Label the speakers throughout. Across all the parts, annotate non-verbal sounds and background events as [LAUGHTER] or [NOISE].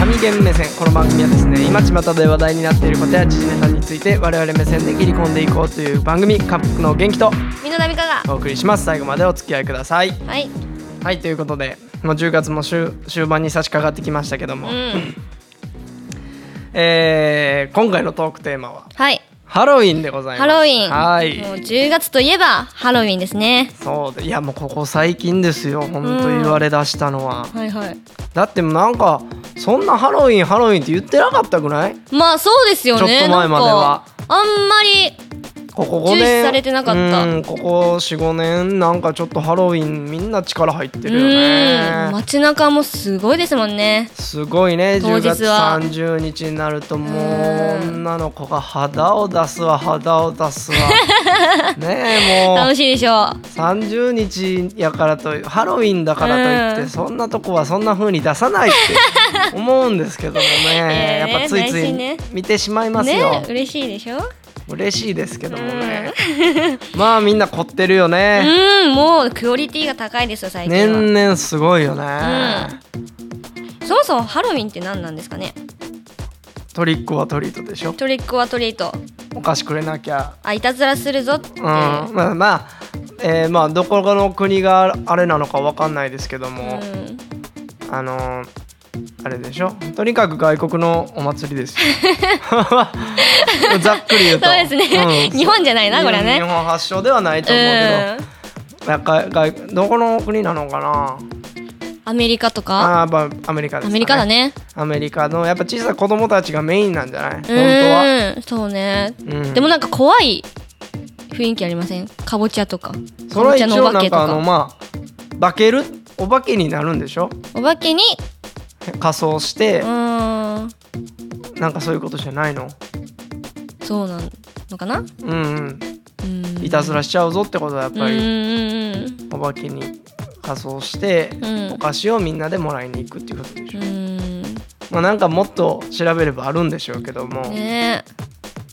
Speaker 1: 神ゲン目線この番組はですね今巷で話題になっていることや時事ネタについて我々目線で切り込んでいこうという番組「各国の元気」と
Speaker 2: みのなみかが
Speaker 1: お送りします最後までお付き合いください
Speaker 2: はい
Speaker 1: はいということでもう10月も終終盤に差し掛かってきましたけど
Speaker 2: う
Speaker 1: も、
Speaker 2: ん
Speaker 1: えー今回のトークテーマは
Speaker 2: はい
Speaker 1: ハロウィンでございます
Speaker 2: ハロウィン
Speaker 1: はい
Speaker 2: もう10月といえばハロウィンですね
Speaker 1: そうでいやもうここ最近ですよ本当言われだしたのは、
Speaker 2: はいはい
Speaker 1: だってなんかそんなハロウィンハロウィンって言ってなかったくない
Speaker 2: まあそうですよね
Speaker 1: ちょっと前までは
Speaker 2: なんかあんまり
Speaker 1: ここ5
Speaker 2: 重
Speaker 1: 年
Speaker 2: 視されてなかった
Speaker 1: うんここ45年なんかちょっとハロウィンみんな力入ってるよ
Speaker 2: うん
Speaker 1: ね
Speaker 2: 街中もすごいですもんね
Speaker 1: すごいね
Speaker 2: 当
Speaker 1: 10
Speaker 2: 日は
Speaker 1: 月30日になるともう
Speaker 2: うん
Speaker 1: 女の子が肌を出すわ肌を出
Speaker 2: [LAUGHS]
Speaker 1: すわねえもう
Speaker 2: 楽しいでしょ
Speaker 1: 30日やからとハロウィンだからといっ
Speaker 2: うん
Speaker 1: てそんなとこはそんな風に出さないって思うんですけどもね
Speaker 2: [LAUGHS] えーね
Speaker 1: やっぱついつ
Speaker 2: 内
Speaker 1: い
Speaker 2: 心ね
Speaker 1: 見てしまいますよ、
Speaker 2: ね嬉しいでしょ
Speaker 1: 嬉しいですけどもね [LAUGHS] まあみんな凝ってるよね
Speaker 2: うんもうクオリティが高いですよ最近は、
Speaker 1: 年々すごいよね
Speaker 2: そもそもハロウィンって何なんですかね
Speaker 1: トリックはトリートでしょ
Speaker 2: トリックはトリート
Speaker 1: お菓子くれなきゃ
Speaker 2: あいたずらするぞっていう
Speaker 1: うんまあまあえーまあどこの国があれなのかわかんないですけど
Speaker 2: う
Speaker 1: も
Speaker 2: ん
Speaker 1: あのーあれでしょとにかく外国のお祭りです
Speaker 2: [LAUGHS]
Speaker 1: よざっくり言うと
Speaker 2: そうですね、
Speaker 1: うん
Speaker 2: [LAUGHS] 日本じゃないなこれは
Speaker 1: 日
Speaker 2: ね
Speaker 1: 本発祥ではないと思う
Speaker 2: う
Speaker 1: けどなんか外どこの国なのかなん
Speaker 2: アメリカとか
Speaker 1: ああーやっぱアメリカですか
Speaker 2: ア
Speaker 1: ね
Speaker 2: メリカだね
Speaker 1: アメリカのやっぱ小さい子供たちがメインなんじゃない本当は、
Speaker 2: うんそうね、
Speaker 1: うん、
Speaker 2: でもなんか怖い雰囲気ありませんかぼちゃとか
Speaker 1: それは一
Speaker 2: かぼちゃの
Speaker 1: 応
Speaker 2: お化
Speaker 1: な
Speaker 2: け
Speaker 1: ん
Speaker 2: とか
Speaker 1: かあのまあ化けるお化けになるんでしょ
Speaker 2: お化けに
Speaker 1: 仮装して
Speaker 2: う、ーん
Speaker 1: なんかそういうことじゃないの
Speaker 2: そうなのかな
Speaker 1: うん
Speaker 2: うん
Speaker 1: うんいたずらしちゃうぞってことはやっ
Speaker 2: うんう
Speaker 1: ぱり、
Speaker 2: ん
Speaker 1: お化けに仮装して、
Speaker 2: うん
Speaker 1: お菓子をみんなでもらいに行くっていうことでし
Speaker 2: う
Speaker 1: ょ、
Speaker 2: ん
Speaker 1: まあなんかもっと調べればあるんでしょうけども、
Speaker 2: ね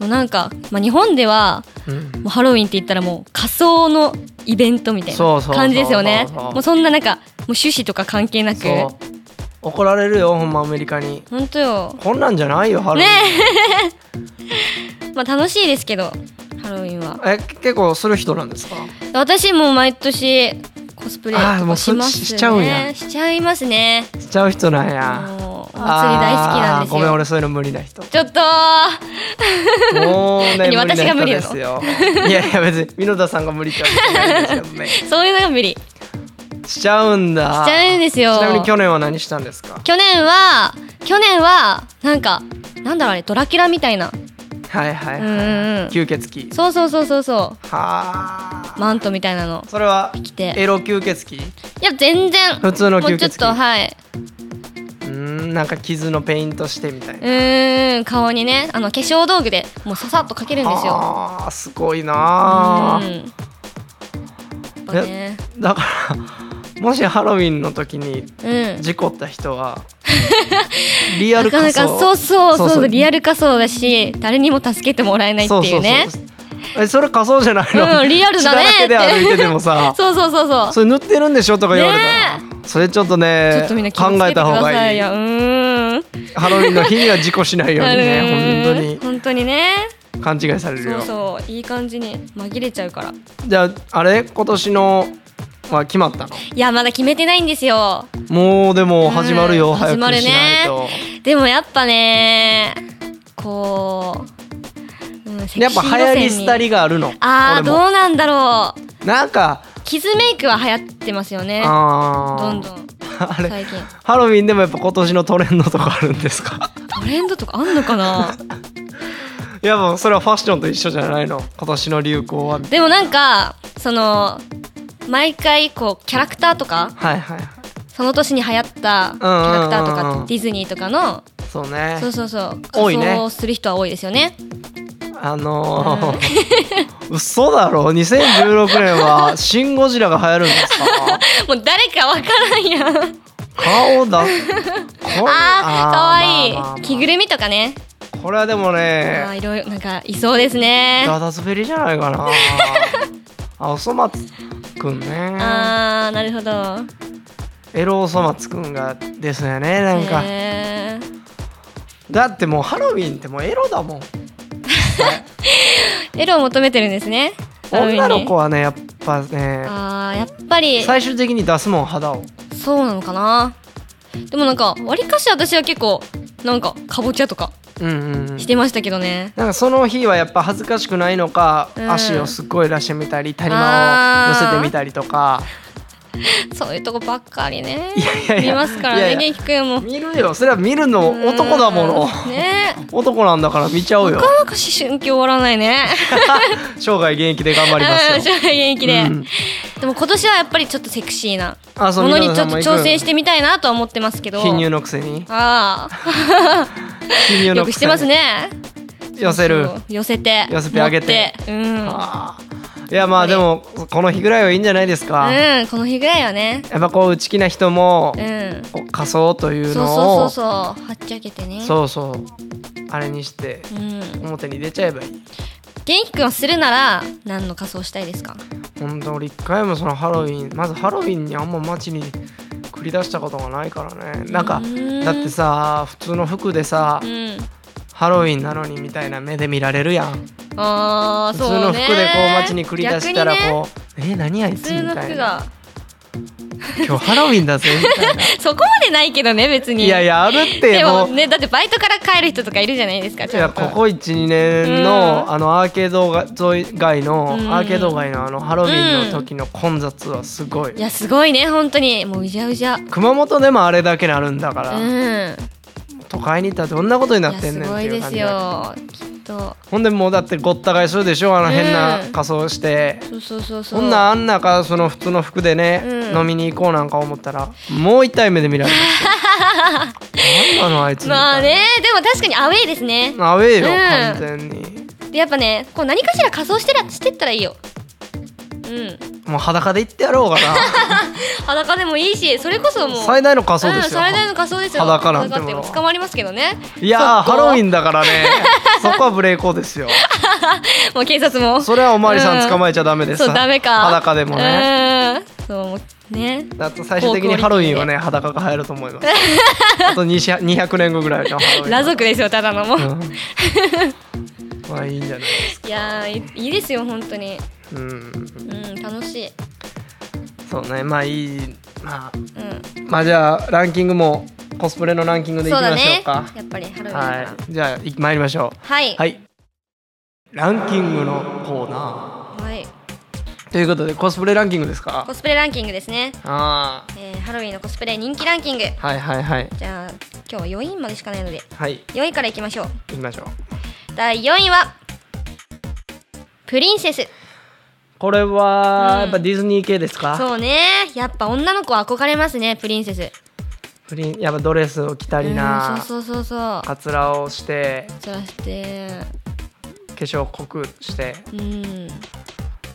Speaker 2: えもうなんか、まあ、日本では
Speaker 1: うん
Speaker 2: もうハロウィンって言ったらもう仮装のイベントみたい
Speaker 1: そう
Speaker 2: な
Speaker 1: そうそうそう
Speaker 2: 感じですよね
Speaker 1: そう
Speaker 2: もうそんななんかもう趣旨とか関係なく
Speaker 1: そう怒られるよほんまアメリカに
Speaker 2: 本当よ
Speaker 1: こんなんじゃないよハロウィン、
Speaker 2: まあ楽しいですけどハロウィンは
Speaker 1: え結構する人なんですか
Speaker 2: 私も毎年コスプレと
Speaker 1: あーもう
Speaker 2: か
Speaker 1: そ
Speaker 2: しますね
Speaker 1: ししちゃうんや
Speaker 2: しちゃいますね
Speaker 1: しちゃう人なんや
Speaker 2: もうお祭り大好きなんで
Speaker 1: あー
Speaker 2: す
Speaker 1: ごめん
Speaker 2: よ
Speaker 1: 俺そういうの無理な人
Speaker 2: ちょっとー
Speaker 1: もうね無理
Speaker 2: 何
Speaker 1: な
Speaker 2: [LAUGHS] 私が
Speaker 1: 人
Speaker 2: 無理
Speaker 1: で
Speaker 2: なの
Speaker 1: すよいやいや別に美濃田さんが無理ってわけじゃないんですけどね
Speaker 2: そういうのが無理し
Speaker 1: しちゃうんだ
Speaker 2: ちゃうんですよ
Speaker 1: ちなみに去年は何したんですか
Speaker 2: 去年は去年はなんかなんだろうねドラキュラみたいな
Speaker 1: はいはい
Speaker 2: う
Speaker 1: はい、
Speaker 2: んうんうん
Speaker 1: 吸血鬼
Speaker 2: そうそうそうそうそ
Speaker 1: はあ、
Speaker 2: うマントみたいなの
Speaker 1: それは
Speaker 2: 着て
Speaker 1: エロ吸血鬼
Speaker 2: いや全然
Speaker 1: 普通の
Speaker 2: も
Speaker 1: 吸
Speaker 2: うちょっ
Speaker 1: 血
Speaker 2: と
Speaker 1: 鬼
Speaker 2: は
Speaker 1: う
Speaker 2: い。
Speaker 1: ーんなんか傷のペイントしてみたいうな
Speaker 2: ーん、顔にね、あの化粧道具でもうささっとかけるんですよ。
Speaker 1: あーすごいなあ、
Speaker 2: うん。やっぱね。
Speaker 1: だからもしハロウィンの時に
Speaker 2: うん。
Speaker 1: 事故った人
Speaker 2: [LAUGHS]
Speaker 1: はリア
Speaker 2: な
Speaker 1: ル
Speaker 2: か
Speaker 1: 仮
Speaker 2: な
Speaker 1: 装
Speaker 2: かそうそうそうそうリア
Speaker 1: ル
Speaker 2: ル仮装だし誰にも助けてもらえないっていうね
Speaker 1: そうそうそうえそれ仮装じゃないの、
Speaker 2: うんリアルだね
Speaker 1: 血だらけで歩いててもさ
Speaker 2: そうそうそうそう
Speaker 1: それ塗ってるんでしょとか言われたら、それちょっとね
Speaker 2: ちょっとみんな気を
Speaker 1: 考
Speaker 2: つけて
Speaker 1: え
Speaker 2: くだ
Speaker 1: た方
Speaker 2: さ
Speaker 1: がい
Speaker 2: い
Speaker 1: い
Speaker 2: ようーん
Speaker 1: ハロウィンの日には事故しないようにね
Speaker 2: う
Speaker 1: 本当
Speaker 2: ーん
Speaker 1: に
Speaker 2: 本当にね
Speaker 1: 勘違いされる
Speaker 2: そ
Speaker 1: よ
Speaker 2: うそういい感じに紛れちゃうから
Speaker 1: じゃああれ今年のは決まったの
Speaker 2: いやまだ決めてないんですよ
Speaker 1: もうでも始まるよ、
Speaker 2: うん
Speaker 1: 早くしないと、
Speaker 2: でもやっぱねこう、うん、セクシー
Speaker 1: やっぱ流行り
Speaker 2: 路線に
Speaker 1: 廃りがあるの
Speaker 2: ああ
Speaker 1: 俺
Speaker 2: どう
Speaker 1: も
Speaker 2: なんだろう
Speaker 1: なんか
Speaker 2: キズメイクは流行ってますよね
Speaker 1: あー
Speaker 2: どんどん
Speaker 1: あれ
Speaker 2: 最近
Speaker 1: ハロウィンでもやっぱ今年のトレンドとかあるんですか
Speaker 2: トレンドとかあんのかな
Speaker 1: いやもうそれはファッションと一緒じゃないの今年の流行は
Speaker 2: でもなんかその毎回こうキャラクターとか
Speaker 1: はいはいはい
Speaker 2: その年に流行ったキャラクターと
Speaker 1: うんうんうんう
Speaker 2: か
Speaker 1: ん
Speaker 2: ディズニーとかの
Speaker 1: そうね
Speaker 2: そうそうそう
Speaker 1: 多い
Speaker 2: 仮
Speaker 1: ね
Speaker 2: 装をする人は多いですよね
Speaker 1: あのー嘘だろ2016年は「シン・ゴジラ」が流行るんですか
Speaker 2: もう誰かわから
Speaker 1: [LAUGHS]
Speaker 2: んやんあ
Speaker 1: 顔だこれ
Speaker 2: あー
Speaker 1: ー
Speaker 2: か
Speaker 1: まあまあ
Speaker 2: わ
Speaker 1: ま
Speaker 2: い
Speaker 1: あ
Speaker 2: い着ぐるみとかね
Speaker 1: これはでもね
Speaker 2: あーいろいろなんかいそうですね
Speaker 1: ダダ滑りじゃないかな。あ、おそ松くんね。
Speaker 2: あーなるほど
Speaker 1: エロおそ松くんがですよね、なんか。
Speaker 2: へー
Speaker 1: だってもうハロウィンってもうエロだもん
Speaker 2: エロを求めてるんですねハロウィンに
Speaker 1: 女の子はねやっぱね
Speaker 2: あーやっぱり
Speaker 1: 最終的に出すもん肌を
Speaker 2: そうなのかなでもなんかわりかし私は結構なんかかぼちゃとか
Speaker 1: うんうんうん
Speaker 2: してましたけどね、
Speaker 1: なんかその日はやっぱ恥ずかしくないのか、
Speaker 2: うん
Speaker 1: 足をすっごい出してみたり谷間を寄せてみたりとか
Speaker 2: そういうとこばっかりね
Speaker 1: いやいやいや
Speaker 2: 見ますから
Speaker 1: いや
Speaker 2: ね
Speaker 1: いや
Speaker 2: 元気くんも
Speaker 1: 見るよそれは見るの男だもの
Speaker 2: うんねえ
Speaker 1: 男なんだから見ちゃうよ
Speaker 2: なかなか思春期終わらないね
Speaker 1: 生涯現役で頑張り
Speaker 2: [LAUGHS]
Speaker 1: ますよ
Speaker 2: うん元気で、
Speaker 1: うん
Speaker 2: でも今年はやっぱりちょっとセクシーな
Speaker 1: あそう
Speaker 2: ものにちょっと
Speaker 1: 皆さんも行く
Speaker 2: 挑戦してみたいなとは思ってますけど
Speaker 1: 貧乳のくせに
Speaker 2: ああ
Speaker 1: 貧乳
Speaker 2: よ
Speaker 1: の
Speaker 2: く
Speaker 1: く
Speaker 2: し
Speaker 1: せ
Speaker 2: てます
Speaker 1: に
Speaker 2: ね
Speaker 1: 寄せる
Speaker 2: そう寄せて
Speaker 1: 寄せてあげて
Speaker 2: 持うん、
Speaker 1: あーいやまあでもこの日ぐらいはいいんじゃないですか、や
Speaker 2: うん、この日ぐらいはね
Speaker 1: っぱこう内気な人も
Speaker 2: うん
Speaker 1: 仮想とい
Speaker 2: そう
Speaker 1: う
Speaker 2: そ
Speaker 1: の
Speaker 2: う
Speaker 1: を
Speaker 2: そうそうはっちゃけてね
Speaker 1: そうそうあれにして
Speaker 2: うん元
Speaker 1: 表に出ちゃえばいい
Speaker 2: 気くんをするなら何の仮装したいですか
Speaker 1: 本当俺一回もそのハロウィンまずハロウィンにあんま街に繰り出したことがないからねなんか
Speaker 2: うーん
Speaker 1: だってさ普通の服でさ
Speaker 2: うん
Speaker 1: ハロウィンなのにみたいな目で見られるやん
Speaker 2: あ
Speaker 1: 普通
Speaker 2: ーそう
Speaker 1: の
Speaker 2: ね
Speaker 1: 服でこう街に繰り出したら
Speaker 2: 逆にね
Speaker 1: こう、え何あい
Speaker 2: 普
Speaker 1: つ
Speaker 2: 通
Speaker 1: み
Speaker 2: の
Speaker 1: た
Speaker 2: 服
Speaker 1: い
Speaker 2: が
Speaker 1: な今日ハロウィンだぜみたい
Speaker 2: [LAUGHS]
Speaker 1: な
Speaker 2: そこまでないけどね別に
Speaker 1: いやいやあるって
Speaker 2: で
Speaker 1: も
Speaker 2: も
Speaker 1: う
Speaker 2: ねだってバイトから帰る人とかいるじゃないですか
Speaker 1: い
Speaker 2: ちゃ
Speaker 1: や
Speaker 2: ん
Speaker 1: こ
Speaker 2: と
Speaker 1: こ12年
Speaker 2: う
Speaker 1: の
Speaker 2: ん
Speaker 1: あのアーケード街の
Speaker 2: うん
Speaker 1: アーケード街のあのハロウィンの時の混雑はすごい
Speaker 2: いやすごいね本当にもううじゃうじゃ
Speaker 1: 熊本でもあれだけなるんだか
Speaker 2: う
Speaker 1: ら、
Speaker 2: ん
Speaker 1: 都会に行ったらどんなことにない
Speaker 2: や
Speaker 1: ってん
Speaker 2: す
Speaker 1: ねんっ
Speaker 2: ご
Speaker 1: て
Speaker 2: い
Speaker 1: いう
Speaker 2: で
Speaker 1: 感
Speaker 2: す
Speaker 1: じだ
Speaker 2: よきっと
Speaker 1: ほんでもうだってごった返するでしょあの変な
Speaker 2: うん
Speaker 1: 仮装して、
Speaker 2: そうそうそうそ
Speaker 1: そ
Speaker 2: う
Speaker 1: んなんあんなかその普通の服でね、
Speaker 2: うん
Speaker 1: 飲みに行こうなんか思ったらもう痛い目で見られま
Speaker 2: [LAUGHS]
Speaker 1: すよなんなのあいつみ
Speaker 2: まあ
Speaker 1: たい
Speaker 2: ねでも確かにアウェイですね
Speaker 1: なアウェーよ、
Speaker 2: う
Speaker 1: 完
Speaker 2: ん
Speaker 1: 全に
Speaker 2: でやっぱねこう何かしら仮装してらしてったらいいようん
Speaker 1: もう裸で行ってやろうかな
Speaker 2: 裸でもいいしそれこ [LAUGHS] そもう
Speaker 1: 最大の仮装ですよ、
Speaker 2: うん最大の仮装ですよ
Speaker 1: 裸なんてものは
Speaker 2: 裸って捕まりますけどね
Speaker 1: いやー
Speaker 2: そ
Speaker 1: ハ
Speaker 2: こ
Speaker 1: ロウィンだからねそこは無礼講ですよ
Speaker 2: もう警察も
Speaker 1: それはおまわりさ
Speaker 2: うん
Speaker 1: ん捕まえちゃダメです、
Speaker 2: そうダメか
Speaker 1: 裸でもね、
Speaker 2: うんそうもうね
Speaker 1: だって最終的にハロウィンはね裸が流行ると思い
Speaker 2: [LAUGHS]
Speaker 1: ますあと200 200年後ぐらいのハロウィン
Speaker 2: 裸族ですよただのもう、
Speaker 1: うんまあいいんじゃないですか
Speaker 2: いやーいいいですよ本当に
Speaker 1: うん
Speaker 2: うん楽しい
Speaker 1: そうねまあいいまあ
Speaker 2: うん
Speaker 1: まあじゃあランキングもコスプレのランキングでいき
Speaker 2: そうだ
Speaker 1: ましょ
Speaker 2: ね
Speaker 1: う
Speaker 2: や
Speaker 1: か
Speaker 2: っぱりハロウィンだから
Speaker 1: はいじゃあい参りましょ
Speaker 2: は
Speaker 1: う
Speaker 2: い
Speaker 1: はいランキングのコーナ
Speaker 2: はい
Speaker 1: ーということでコスプレランキングですか
Speaker 2: コスプレランキングですね、
Speaker 1: あ
Speaker 2: えーハロウィンのコスプレ人気ランキング
Speaker 1: あはいはいはい
Speaker 2: じゃあ今日は4位までしかないので
Speaker 1: はい行
Speaker 2: 4位からいきましょう
Speaker 1: きましょう
Speaker 2: 第4位はプリンセス
Speaker 1: これは
Speaker 2: うん
Speaker 1: やっぱディズニー系ですか、
Speaker 2: そうねやっぱ女の子は憧れますねプリンセス
Speaker 1: プリンやっぱドレスを着たりな
Speaker 2: うんそうそうそうそう
Speaker 1: カツラをして
Speaker 2: じゃあして
Speaker 1: 化粧濃くして
Speaker 2: うん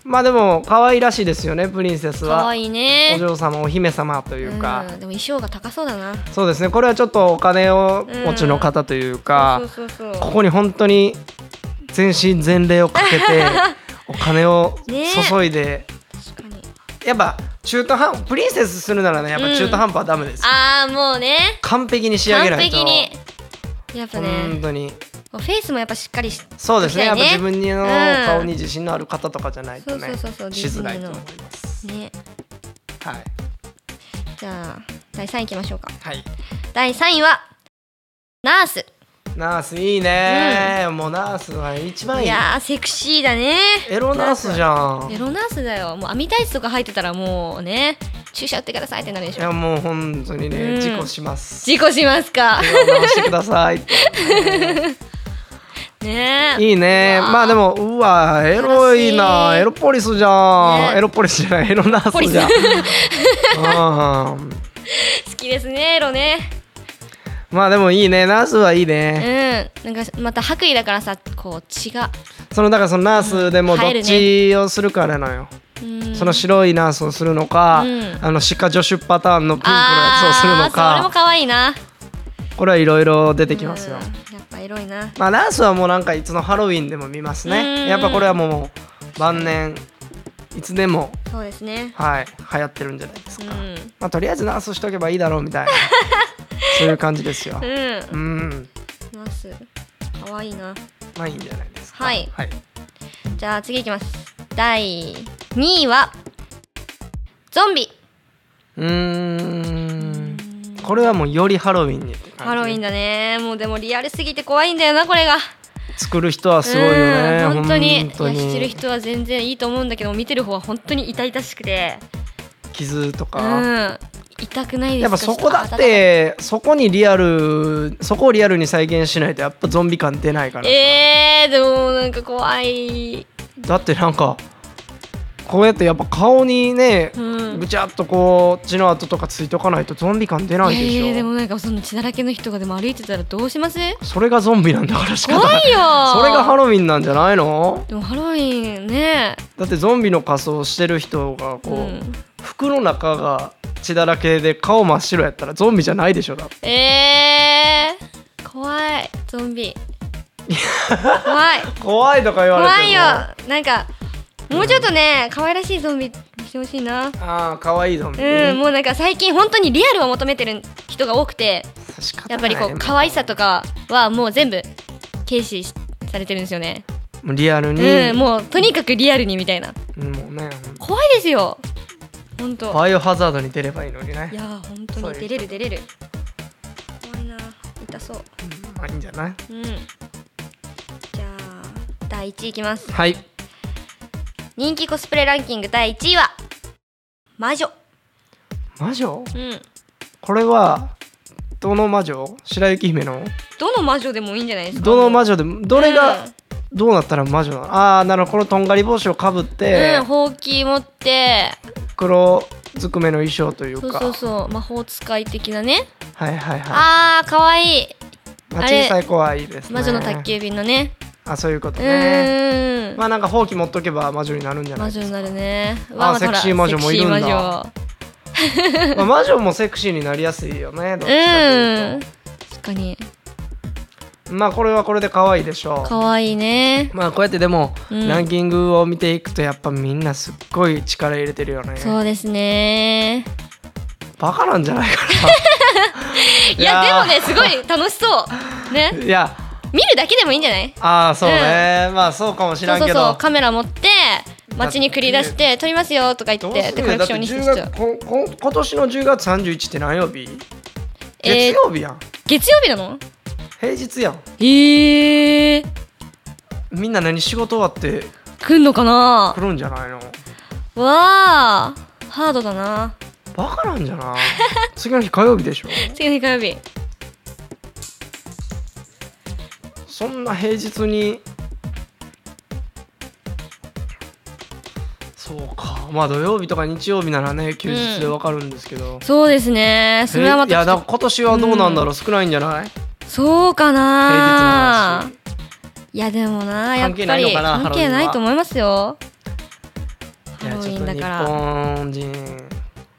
Speaker 1: まあでも可愛らしいですよねプリンセス
Speaker 2: 可
Speaker 1: は
Speaker 2: 愛いね
Speaker 1: お嬢様お姫様というか、
Speaker 2: うんでも衣装が高そうだな
Speaker 1: そうですねこれはちょっとお金を持ちの方というか、
Speaker 2: そうそうそう
Speaker 1: こ
Speaker 2: そう
Speaker 1: こに本当に全身全霊をかけて
Speaker 2: [LAUGHS]
Speaker 1: お金を
Speaker 2: ね
Speaker 1: 注いで、
Speaker 2: 確かに
Speaker 1: やっぱ中途半プリンセスするならねやっぱ中途半端はダメです、
Speaker 2: ああもうね
Speaker 1: 完璧に仕上げ
Speaker 2: 完
Speaker 1: ないと
Speaker 2: 璧にやっぱ
Speaker 1: 本
Speaker 2: ね
Speaker 1: 当に
Speaker 2: フェイスもやっぱしっかりし
Speaker 1: そうですね
Speaker 2: し
Speaker 1: や
Speaker 2: と
Speaker 1: っ
Speaker 2: き
Speaker 1: ぱ
Speaker 2: たい
Speaker 1: 自分の顔に自信のある方とかじゃないと
Speaker 2: そ
Speaker 1: ね
Speaker 2: うそうそうそう
Speaker 1: しづらいと思います
Speaker 2: ね
Speaker 1: はい
Speaker 2: じゃあ第3位いきましょうか
Speaker 1: はい
Speaker 2: 第3位はナース
Speaker 1: ナースいいね、もうナースは一番い
Speaker 2: い
Speaker 1: い
Speaker 2: やーセクシーだね
Speaker 1: エロナースじゃん
Speaker 2: エロナースだよもう網タイツとか入ってたらもうね注射打ってくださいってなるで
Speaker 1: い
Speaker 2: しょ
Speaker 1: やもう本当に
Speaker 2: う
Speaker 1: ね
Speaker 2: ん
Speaker 1: 事故します、
Speaker 2: 事故しますか
Speaker 1: エロ直してくださ
Speaker 2: [LAUGHS]
Speaker 1: いって
Speaker 2: ねえ
Speaker 1: いいねまあでもうわエロいな
Speaker 2: 楽しい
Speaker 1: エロポリスじゃん、
Speaker 2: ね
Speaker 1: エロポリスじゃないエロナースじゃんうん
Speaker 2: 好きですねエロね
Speaker 1: まあでもいいねナースはいいね、
Speaker 2: うんなんかまた白衣だからさこう血が
Speaker 1: そのだからそのナースでも
Speaker 2: うん
Speaker 1: どっちをするかなのよ、
Speaker 2: うん
Speaker 1: その白いナースをするのか、
Speaker 2: うん
Speaker 1: あの歯科助手パターンのピンクのやつを
Speaker 2: あ
Speaker 1: するの
Speaker 2: ーそれも
Speaker 1: か
Speaker 2: 可愛いな
Speaker 1: これはいろいろ出てきますよ、
Speaker 2: うんやっぱエロいな
Speaker 1: まあナースはもうなんかいつのハロウィンでも見ます
Speaker 2: う
Speaker 1: ね
Speaker 2: ん
Speaker 1: やっぱこれはもう晩年いつでも
Speaker 2: そうですね
Speaker 1: はい流行ってるんじゃないです
Speaker 2: う
Speaker 1: か、
Speaker 2: ん
Speaker 1: まあ、
Speaker 2: [LAUGHS]
Speaker 1: とりあえずナースしとけばいいだろうみたいなそういう感じですよ
Speaker 2: う
Speaker 1: う
Speaker 2: ん
Speaker 1: ん
Speaker 2: ナーますかわいいな
Speaker 1: まあいいんじゃないですか
Speaker 2: はい
Speaker 1: はい、
Speaker 2: じゃあ次いきます第2位はゾンビ
Speaker 1: うーんこれはもうよりハロウィンに
Speaker 2: ハロウィン
Speaker 1: だ
Speaker 2: だねもうでもリアルすぎて怖いんだよなこれが
Speaker 1: 作る人はすごいよね
Speaker 2: うん本当に
Speaker 1: 本当に
Speaker 2: いや知ってる人は全然いいと思うんだけど見てる方は本当に痛々しくて
Speaker 1: 傷と
Speaker 2: う
Speaker 1: か、
Speaker 2: ん痛くないですか
Speaker 1: やっぱそこだっ
Speaker 2: ちょと温か
Speaker 1: てそこにリアルそこをリアルに再現しないとやっぱゾンビ感出ないから、
Speaker 2: えー、でもなんか怖い
Speaker 1: だってなんかこうやってやっぱ顔にね、
Speaker 2: うん
Speaker 1: ぐちゃっとこう血の跡とかついとかないとゾンビ感出ないでしょ
Speaker 2: いやいやでもなんかその血だらけの人がでも歩いてたらどうし
Speaker 1: [LAUGHS]
Speaker 2: ます
Speaker 1: それがゾンビなんだから仕方
Speaker 2: 怖
Speaker 1: ない
Speaker 2: いよ
Speaker 1: それがハロウィンなんじゃないの
Speaker 2: でもハロウィンね
Speaker 1: だってゾンビの仮装してる人がこう、
Speaker 2: うん
Speaker 1: 服の中が血だらけで顔真っ白やったらゾンビじゃないでしょだって
Speaker 2: えー、怖いゾ
Speaker 1: [LAUGHS]
Speaker 2: ンビ怖い
Speaker 1: 怖いとか言われても
Speaker 2: 怖いよなんかもうちょっとね可愛らしいゾンビにしてほしいな
Speaker 1: ああ可愛いゾンビ、
Speaker 2: うん、もうなんか最近本当にリアルを求めてる人が多くて
Speaker 1: 仕方
Speaker 2: やっぱりこう
Speaker 1: ない
Speaker 2: 可愛さとかはもう全部軽視されてるんですよね、
Speaker 1: もうリアルに、
Speaker 2: うん、もうとにかくリアルにみたいな
Speaker 1: うんもうね
Speaker 2: 怖いですよ本当
Speaker 1: バイオハザードに出ればいいのに
Speaker 2: い
Speaker 1: ね
Speaker 2: やー本
Speaker 1: そ
Speaker 2: 当
Speaker 1: う
Speaker 2: に
Speaker 1: いう
Speaker 2: 出れる出れる怖いな痛そう
Speaker 1: まあいいんじゃない
Speaker 2: うんじゃあ第1位いきます
Speaker 1: はい
Speaker 2: 人気コスプレランキング第1位は魔女
Speaker 1: 魔女
Speaker 2: うん
Speaker 1: これはどの魔女白雪姫の
Speaker 2: どの魔女でもいいんじゃないですか
Speaker 1: どの魔
Speaker 2: 女
Speaker 1: 女でどれがどうなったら魔女なのああなるほどこのとんがり帽子をかぶっ
Speaker 2: う
Speaker 1: て
Speaker 2: ん、ほうき持って
Speaker 1: 黒ずくめの衣装という
Speaker 2: そう
Speaker 1: か
Speaker 2: そうそう魔法使い的なね
Speaker 1: はいはいは
Speaker 2: あーかわいい
Speaker 1: いまあ
Speaker 2: あれ
Speaker 1: 小さい子はいいですね
Speaker 2: 魔女の宅急便のね
Speaker 1: あそういうこと
Speaker 2: う
Speaker 1: ね
Speaker 2: ーん
Speaker 1: まあなんかほうき持っとけば魔女になるんじゃな
Speaker 2: 魔
Speaker 1: い
Speaker 2: 女
Speaker 1: ですか
Speaker 2: になるね
Speaker 1: あー
Speaker 2: わあまたほら
Speaker 1: セクシー魔女もいるんだ
Speaker 2: セクシー魔
Speaker 1: まあ魔女もセクシーになりやすいよねどっちかと
Speaker 2: 女
Speaker 1: い
Speaker 2: うん
Speaker 1: う
Speaker 2: 確かに
Speaker 1: とまあこれはこれで可愛いでしょう
Speaker 2: かわいいね
Speaker 1: まあこうやってでも、
Speaker 2: うん
Speaker 1: ランキングを見ていくとやっぱみんなすっごい力入れてるよね
Speaker 2: そうですね
Speaker 1: バカなんじゃないか
Speaker 2: い
Speaker 1: い
Speaker 2: やで
Speaker 1: や
Speaker 2: も
Speaker 1: ー
Speaker 2: ねすごい楽しそうね [LAUGHS]
Speaker 1: ないや
Speaker 2: 見るだけでもいいんじゃない
Speaker 1: ああそうね、まあそうかもし
Speaker 2: そ
Speaker 1: ら
Speaker 2: うんそう
Speaker 1: けど
Speaker 2: そうカメラ持って街に繰り出して撮りますよとか言
Speaker 1: ど
Speaker 2: っ
Speaker 1: う
Speaker 2: て
Speaker 1: す
Speaker 2: で
Speaker 1: る
Speaker 2: コ
Speaker 1: よ
Speaker 2: レ
Speaker 1: だって
Speaker 2: クションにして
Speaker 1: 10
Speaker 2: きちゃ
Speaker 1: 月
Speaker 2: う
Speaker 1: こんこん今年の10月31って何曜日
Speaker 2: えー
Speaker 1: 月曜日やん
Speaker 2: 月曜日なの
Speaker 1: 平日やん
Speaker 2: ええー、
Speaker 1: みんな何仕事終わって
Speaker 2: 来んのかな
Speaker 1: 来るんじゃないの
Speaker 2: わあハードだな
Speaker 1: バカなんじゃない
Speaker 2: [LAUGHS]
Speaker 1: 次の日火曜日でしょ
Speaker 2: 次の日火曜日
Speaker 1: そんな平日にそうかまあ土曜日とか日曜日ならね休日でわかるんですけど、
Speaker 2: そうですねそれはま
Speaker 1: えいや
Speaker 2: た
Speaker 1: だから今年はどうなんだろう、少ないんじゃない
Speaker 2: そうか
Speaker 1: 平日の
Speaker 2: な
Speaker 1: 話
Speaker 2: いやでもなやっ
Speaker 1: 関係
Speaker 2: ぱ
Speaker 1: ない
Speaker 2: り
Speaker 1: のかな
Speaker 2: 関係ないと思いますよ
Speaker 1: い
Speaker 2: ハ
Speaker 1: や
Speaker 2: ロウ
Speaker 1: ちょっ
Speaker 2: ィン
Speaker 1: と
Speaker 2: だ
Speaker 1: 日
Speaker 2: か
Speaker 1: 本人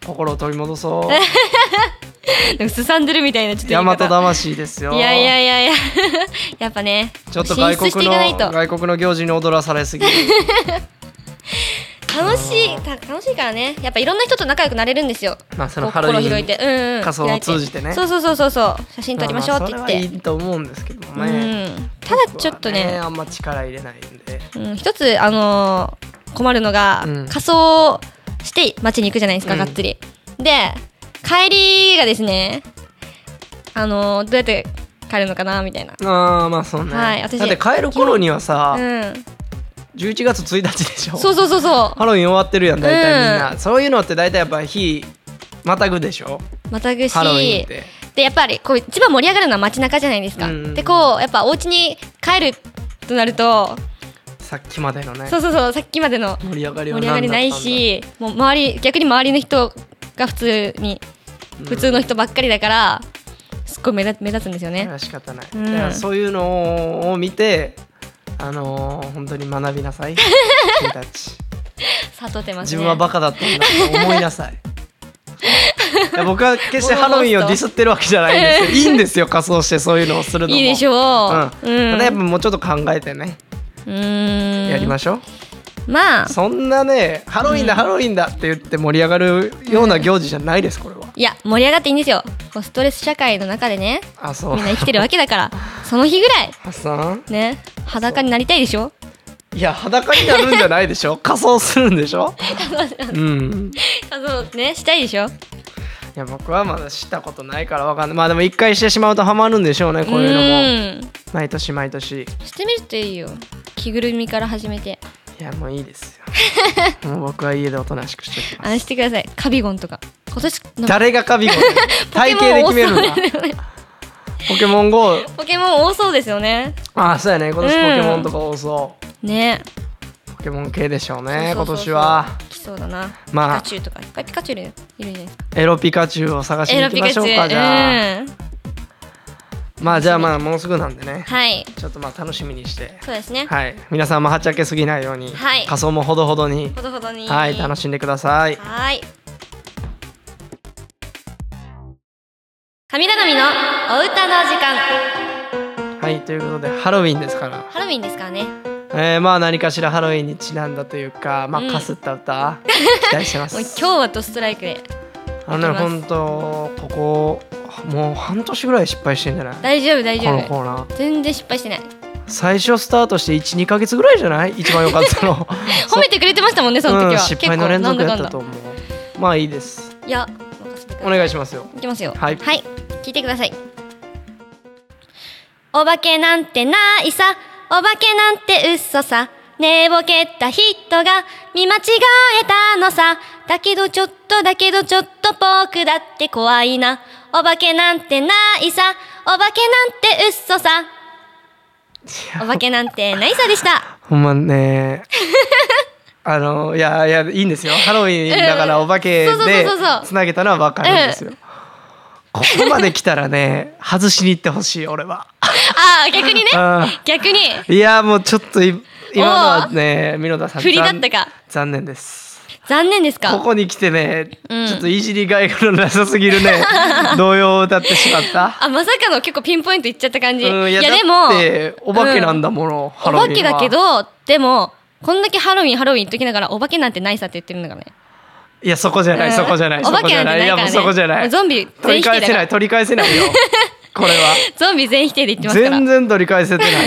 Speaker 1: 心を取り戻そう
Speaker 2: らなんかすさんでるみたいなちょっと言
Speaker 1: 大
Speaker 2: い方
Speaker 1: 和魂ですよ
Speaker 2: [LAUGHS] いやいやいやいややっぱね
Speaker 1: ちょっと
Speaker 2: 進
Speaker 1: 外
Speaker 2: 出して
Speaker 1: 国
Speaker 2: い
Speaker 1: の
Speaker 2: かないと
Speaker 1: 外国の行事に踊らされすぎる
Speaker 2: [LAUGHS] 楽しいた楽しいからねやっぱいろんな人と仲良くなれるんですよ
Speaker 1: まあそ
Speaker 2: こ
Speaker 1: の
Speaker 2: う
Speaker 1: ハロウィ
Speaker 2: 心
Speaker 1: ン
Speaker 2: 広いてうんうん
Speaker 1: 仮装を
Speaker 2: 開い
Speaker 1: 通じてね
Speaker 2: そうそうそうそうそう写真撮りましょうって言って
Speaker 1: まあまあそれはいいと思うんですけどもね、
Speaker 2: うん、ただちょっと
Speaker 1: 僕は
Speaker 2: ね
Speaker 1: あんま力入れないんで
Speaker 2: うん、一つ、あのー困るのが、
Speaker 1: うん
Speaker 2: 仮装して街に行くじゃないですか、
Speaker 1: うん
Speaker 2: がっつりで帰りがですねあのーどうやって帰るのかなみたいな
Speaker 1: ああまあそうね、
Speaker 2: はい私
Speaker 1: だって帰る頃にはさ、
Speaker 2: うん
Speaker 1: 11月1日でしょ
Speaker 2: そうそうそうそ
Speaker 1: ハロウィン終わってるやん大体みんな、
Speaker 2: う
Speaker 1: そういうのって大体やっぱ日またぐでしょ
Speaker 2: うまたぐし
Speaker 1: ハロウィンって
Speaker 2: でやっぱりこう一番盛り上がるのは街中じゃないですか、
Speaker 1: うんうん
Speaker 2: でこうやっぱお家に帰るとなると、
Speaker 1: さっきまでのね
Speaker 2: そうそうそうさっきまでの
Speaker 1: 盛り上がり
Speaker 2: 盛
Speaker 1: は
Speaker 2: り上がりないしもう周り逆に周りの人が普通に
Speaker 1: うん
Speaker 2: 普通の人ばっかりだから、すっごい目立目立つんですよ
Speaker 1: それ
Speaker 2: ね
Speaker 1: は仕方ない、
Speaker 2: うん
Speaker 1: だからそういうのを見てあのー、本当に学びな
Speaker 2: [LAUGHS]
Speaker 1: さい君たち
Speaker 2: 悟ってます
Speaker 1: 自
Speaker 2: ね
Speaker 1: 分はバカだったんだと思いな
Speaker 2: [LAUGHS]
Speaker 1: さいいや僕は決してハロウィンをディスってるわけじゃないんです
Speaker 2: [LAUGHS]
Speaker 1: よいいんですよ仮装してそういうのをするのも
Speaker 2: いいでしょう、
Speaker 1: うんただやっぱもうちょっと考えてね、
Speaker 2: うーん
Speaker 1: やりましょう
Speaker 2: まあ
Speaker 1: そんなねハロウィンだ、ハロウィンだって言って盛り上がるような行事じゃないですこれは、
Speaker 2: いや盛り上がっていいんですよこうストレス社会の中でね
Speaker 1: あそう [LAUGHS]
Speaker 2: みんな生きてるわけだからその日ぐらい
Speaker 1: ハッサン
Speaker 2: ね裸になりたいでしょ
Speaker 1: いや裸になるんじゃないでし
Speaker 2: [LAUGHS]
Speaker 1: ょ仮装するんでしょうん
Speaker 2: あのねしたいでしょ
Speaker 1: いや僕はまだしたことないからわかんないまあでも一回してしまうとハマるんでしょうねこういうのも
Speaker 2: うん
Speaker 1: 毎年毎年
Speaker 2: してみるといいよ着ぐるみから始めて
Speaker 1: いやもういいです
Speaker 2: [LAUGHS]
Speaker 1: よもう僕は家でおとなしくしておき
Speaker 2: あ
Speaker 1: ま
Speaker 2: れ
Speaker 1: す
Speaker 2: してくださいカビゴンとか今年の
Speaker 1: 誰がカビゴン
Speaker 2: [LAUGHS]
Speaker 1: 体型で決めるんだポケモン GO
Speaker 2: ポケモン多そうですよね
Speaker 1: ああそうやね今
Speaker 2: うん
Speaker 1: 年ポケモンとか多そう、
Speaker 2: ね
Speaker 1: ポケモン系でしょうね
Speaker 2: そう
Speaker 1: 今
Speaker 2: そうそうそう
Speaker 1: 年は
Speaker 2: 来そうだな、
Speaker 1: まあ
Speaker 2: ピカチュウとかいっぱいピカチュウいるいるじゃないですか
Speaker 1: エロピカチュウを探しに
Speaker 2: エ
Speaker 1: 行
Speaker 2: ロ
Speaker 1: き
Speaker 2: ピ
Speaker 1: ま
Speaker 2: カ
Speaker 1: し
Speaker 2: チ
Speaker 1: ょ
Speaker 2: ュ
Speaker 1: う
Speaker 2: ウ
Speaker 1: かじゃあ
Speaker 2: うん
Speaker 1: まあじゃあまあもうすぐなんでね
Speaker 2: はい
Speaker 1: ちょっとまあ楽しみにして
Speaker 2: そうですね
Speaker 1: はい皆さんもはっちゃけすぎないように、
Speaker 2: はい
Speaker 1: 仮装もほどほどに
Speaker 2: ほどほどに
Speaker 1: はい楽
Speaker 2: し
Speaker 1: しんでください
Speaker 2: はい神頼みのお歌の時間
Speaker 1: はいということでハロウィンですから、
Speaker 2: ハロウィンですからね
Speaker 1: えー、まあ何かしらハロウィンにちなんだというかま
Speaker 2: う
Speaker 1: あ
Speaker 2: ん
Speaker 1: かすった歌、
Speaker 2: [LAUGHS]
Speaker 1: 期待してま
Speaker 2: もう今
Speaker 1: す
Speaker 2: 日はドストライクで
Speaker 1: あの
Speaker 2: い
Speaker 1: ね
Speaker 2: きます
Speaker 1: 本当ここもう半年ぐらい失敗してんじゃない
Speaker 2: 大丈夫大
Speaker 1: こ
Speaker 2: 丈
Speaker 1: の
Speaker 2: 夫
Speaker 1: コーナー
Speaker 2: 全然失敗してない
Speaker 1: 最初スタートして12か月ぐらいじゃない一番良かったの
Speaker 2: 褒めてくれてましたもんね [LAUGHS] その時は、
Speaker 1: うん、失敗の連続
Speaker 2: 結
Speaker 1: や
Speaker 2: 構
Speaker 1: っ
Speaker 2: なん
Speaker 1: たと
Speaker 2: だかんだ
Speaker 1: 思うまあいいです
Speaker 2: いや任せてくださ
Speaker 1: お願いしますよ
Speaker 2: いきますよ
Speaker 1: はい
Speaker 2: はい、聞いてくださいお化けなんてないさお化けなんて嘘さ寝ぼけた人が見間違えたのさだけどちょっとだけどちょっと僕だって怖いなお化けなんてないさお化けなんて嘘さお化けなんてないさ
Speaker 1: [LAUGHS]
Speaker 2: でした
Speaker 1: ほんまねあのいやいやいいんですよハロウィンだからお化け
Speaker 2: そうそう
Speaker 1: で
Speaker 2: そうそう
Speaker 1: つなげたのはわかるんですよ、ここまで来たらね外しに行ってほしい俺は
Speaker 2: ああ逆にね
Speaker 1: あ
Speaker 2: 逆に
Speaker 1: いやもうちょっとい今のはね美濃田さん
Speaker 2: 振りだったか
Speaker 1: 残残念です
Speaker 2: 残念です
Speaker 1: こ
Speaker 2: か
Speaker 1: こに来てね、
Speaker 2: うん
Speaker 1: ちょっといじりがいがなさすぎ
Speaker 2: [LAUGHS]
Speaker 1: るね動揺を歌ってしまった
Speaker 2: あまさかの結構ピンポイントいっちゃった感じ、
Speaker 1: うん、い
Speaker 2: い
Speaker 1: や
Speaker 2: や
Speaker 1: だ
Speaker 2: でも
Speaker 1: ってお化けなんだもの、ハ
Speaker 2: お
Speaker 1: ロウィンは
Speaker 2: 化けだけどでもこんだけハロウィンハロウィン言っときながらお化けなんてないさって言ってるんだからね
Speaker 1: いやそこじゃない、
Speaker 2: うん
Speaker 1: そこじゃない
Speaker 2: お化
Speaker 1: そこ
Speaker 2: け
Speaker 1: じ
Speaker 2: な
Speaker 1: ゃ
Speaker 2: んて
Speaker 1: な
Speaker 2: ないい
Speaker 1: いやも
Speaker 2: から
Speaker 1: う
Speaker 2: ね
Speaker 1: そこじゃない
Speaker 2: ゾンビ
Speaker 1: 取
Speaker 2: 全
Speaker 1: り
Speaker 2: 否定
Speaker 1: 返せ
Speaker 2: だか
Speaker 1: ない
Speaker 2: ら
Speaker 1: 取り返せ
Speaker 2: [LAUGHS]
Speaker 1: ないよこれは
Speaker 2: ゾンビ全否定で言ってますから
Speaker 1: 全
Speaker 2: なる
Speaker 1: 然取り返せて
Speaker 2: [LAUGHS]
Speaker 1: ない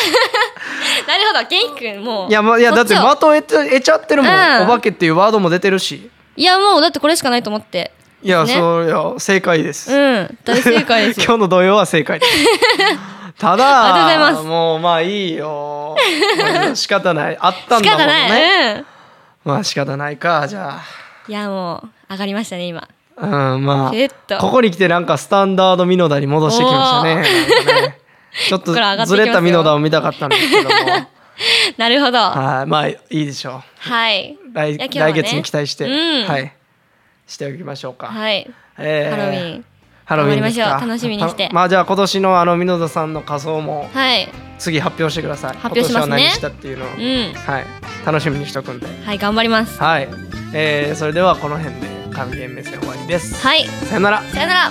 Speaker 2: ほど元気くんもう
Speaker 1: いや,、ま、いやだ
Speaker 2: そ
Speaker 1: って
Speaker 2: ちを
Speaker 1: 的を得て得ちゃってるもん、
Speaker 2: うん
Speaker 1: お化けっていうワードも出てるし
Speaker 2: いやもうだってこれしかないと思って
Speaker 1: いや、
Speaker 2: ね
Speaker 1: そういや正解です、
Speaker 2: うん大正解ですよ
Speaker 1: [LAUGHS] 今日の土曜は正解です
Speaker 2: [LAUGHS]
Speaker 1: た
Speaker 2: ありがとうござ
Speaker 1: だ
Speaker 2: います
Speaker 1: もうまあいいよまあ仕方ないあったん
Speaker 2: [LAUGHS] 仕
Speaker 1: だもん
Speaker 2: 方
Speaker 1: ね
Speaker 2: ない、うん
Speaker 1: まあ仕方ないかじゃあ
Speaker 2: いやもう上がりましたね今
Speaker 1: うんま
Speaker 2: シュッ
Speaker 1: あ
Speaker 2: と
Speaker 1: ここに来てなんかスタンダードミノダに戻してきましたねなんかねちょっと
Speaker 2: ここから上がって
Speaker 1: ず
Speaker 2: いきます
Speaker 1: れ
Speaker 2: よ
Speaker 1: たミノダを見たかったんです
Speaker 2: [LAUGHS]
Speaker 1: けども
Speaker 2: なるほどは
Speaker 1: はいまあいいでしょ
Speaker 2: いう
Speaker 1: 来,、
Speaker 2: いや今日は
Speaker 1: 来
Speaker 2: ね
Speaker 1: 月に期待して、
Speaker 2: うん
Speaker 1: はいしておきましょうか、
Speaker 2: はい、
Speaker 1: えー
Speaker 2: ハロウィン
Speaker 1: ハロウィンですか
Speaker 2: 頑張りましょう楽しみにして
Speaker 1: たまあじゃあ今年のあのミノダさんの仮装も
Speaker 2: はい
Speaker 1: 次発表してください
Speaker 2: 発表しますね
Speaker 1: 今年は何したっていうのを、
Speaker 2: うん
Speaker 1: はい楽しみにしとくんで
Speaker 2: はい頑張ります
Speaker 1: はい、えー、それではこの辺で還元目線終わりです、
Speaker 2: はい
Speaker 1: さよなら
Speaker 2: さよなら